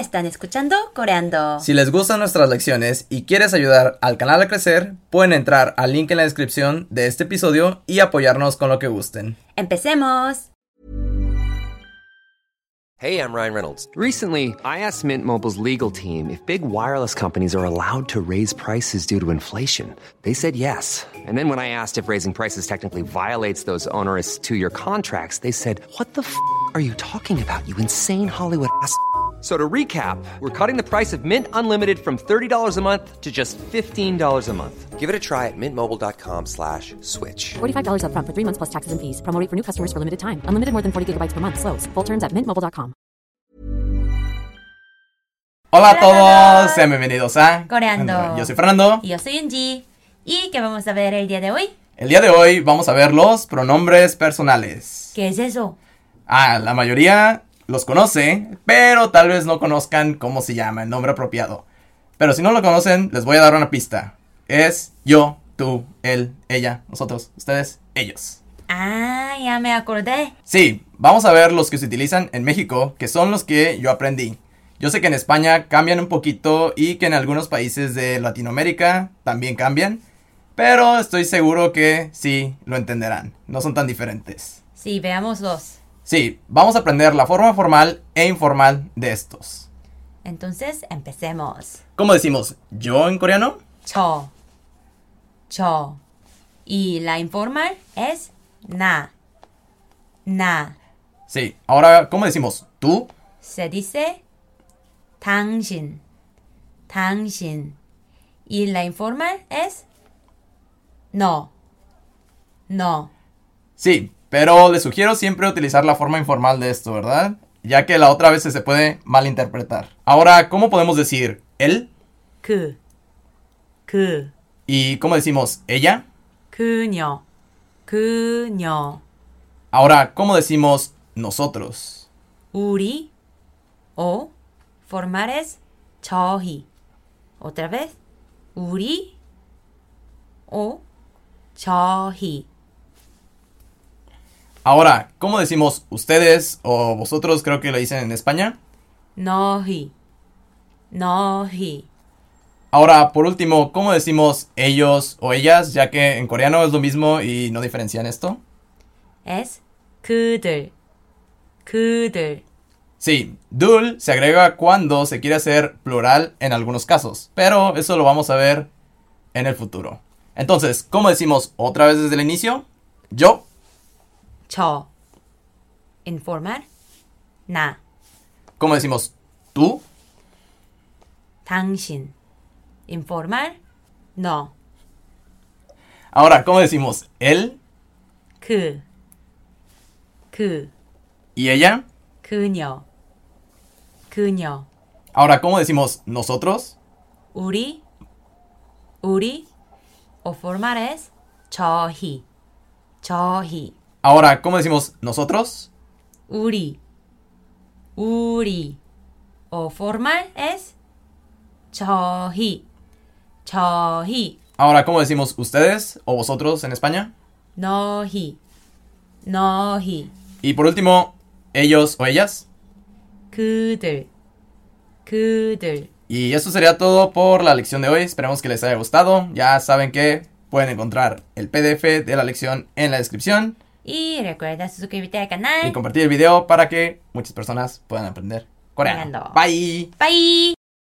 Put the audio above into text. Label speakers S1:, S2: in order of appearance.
S1: están escuchando Coreando.
S2: Si les gustan nuestras lecciones y quieres ayudar al canal a crecer, pueden entrar al link en la descripción de este episodio y apoyarnos con lo que gusten.
S1: ¡Empecemos!
S3: Hey, I'm Ryan Reynolds. Recently, I asked Mint Mobile's legal team if big wireless companies are allowed to raise prices due to inflation. They said yes. And then when I asked if raising prices technically violates those onerous two year contracts, they said, What the f are you talking about, you insane Hollywood ass? f- So to recap, we're cutting the price of Mint Unlimited from $30 a month to just $15 a month. Give it a try at mintmobile.com slash switch.
S4: $45 upfront for three months plus taxes and fees. Promo rate for new customers for limited time. Unlimited more than 40 gigabytes per month. Slows. Full terms at mintmobile.com.
S1: Hola
S2: Hola a
S1: a
S2: todos,
S1: todos.
S2: sean bienvenidos a
S1: Coreando.
S2: Yo soy Fernando.
S1: Y yo soy Unji. ¿Y qué vamos a ver el día de hoy?
S2: El día de hoy vamos a ver los pronombres personales.
S1: ¿Qué es eso?
S2: Ah, la mayoría los conoce, pero tal vez no conozcan cómo se llama el nombre apropiado. Pero si no lo conocen, les voy a dar una pista. Es yo, tú, él, ella, nosotros, ustedes, ellos.
S1: Ah, ya me acordé.
S2: Sí, vamos a ver los que se utilizan en México, que son los que yo aprendí. Yo sé que en España cambian un poquito y que en algunos países de Latinoamérica también cambian, pero estoy seguro que sí lo entenderán, no son tan diferentes.
S1: Sí, veámoslos.
S2: Sí, vamos a aprender la forma formal e informal de estos.
S1: Entonces, empecemos.
S2: ¿Cómo decimos yo en coreano?
S1: Cho. Cho. Y la informal es na. Na.
S2: Sí, ahora, ¿cómo decimos tú?
S1: se dice 당신, 당신. Y la informal es no, no.
S2: Sí, pero les sugiero siempre utilizar la forma informal de esto, ¿verdad? Ya que la otra vez se puede malinterpretar. Ahora, ¿cómo podemos decir él?
S1: 그, 그,
S2: ¿Y cómo decimos ella?
S1: 그녀, 그녀.
S2: Ahora, ¿cómo decimos nosotros?
S1: 우리 o formar es 저희. Otra vez, 우리 o 저희.
S2: Ahora, ¿cómo decimos ustedes o vosotros creo que lo dicen en España?
S1: 너희, 너희.
S2: Ahora, por último, ¿cómo decimos ellos o ellas? Ya que en coreano es lo mismo y no diferencian esto.
S1: es 그들, 그들.
S2: Sí, dul se agrega cuando se quiere hacer plural en algunos casos, pero eso lo vamos a ver en el futuro. Entonces, ¿cómo decimos otra vez desde el inicio? Yo,
S1: 저, informar, 나,
S2: ¿cómo decimos tú?
S1: 당신, informar, 너,
S2: Ahora, ¿cómo decimos él
S1: 그, 그,
S2: y ella?
S1: 그녀, 그녀,
S2: Ahora, ¿cómo decimos nosotros?
S1: 우리, 우리, o formar es 저희, 저희,
S2: Ahora, ¿cómo decimos nosotros?
S1: 우리, 우리, o formar es 저희, 저희.
S2: Ahora, ¿cómo decimos ustedes o vosotros en España?
S1: 너희, 너희,
S2: Y por último, ellos o ellas.
S1: 그들, 그들.
S2: Y eso sería todo por la lección de hoy. Esperemos que les haya gustado. Ya saben que pueden encontrar el PDF de la lección en la descripción
S1: Y recuerda suscribirte al
S2: y
S1: canal.
S2: compartir el video para que muchas personas puedan aprender
S1: Coreano.
S2: coreano. Bye.
S1: Bye.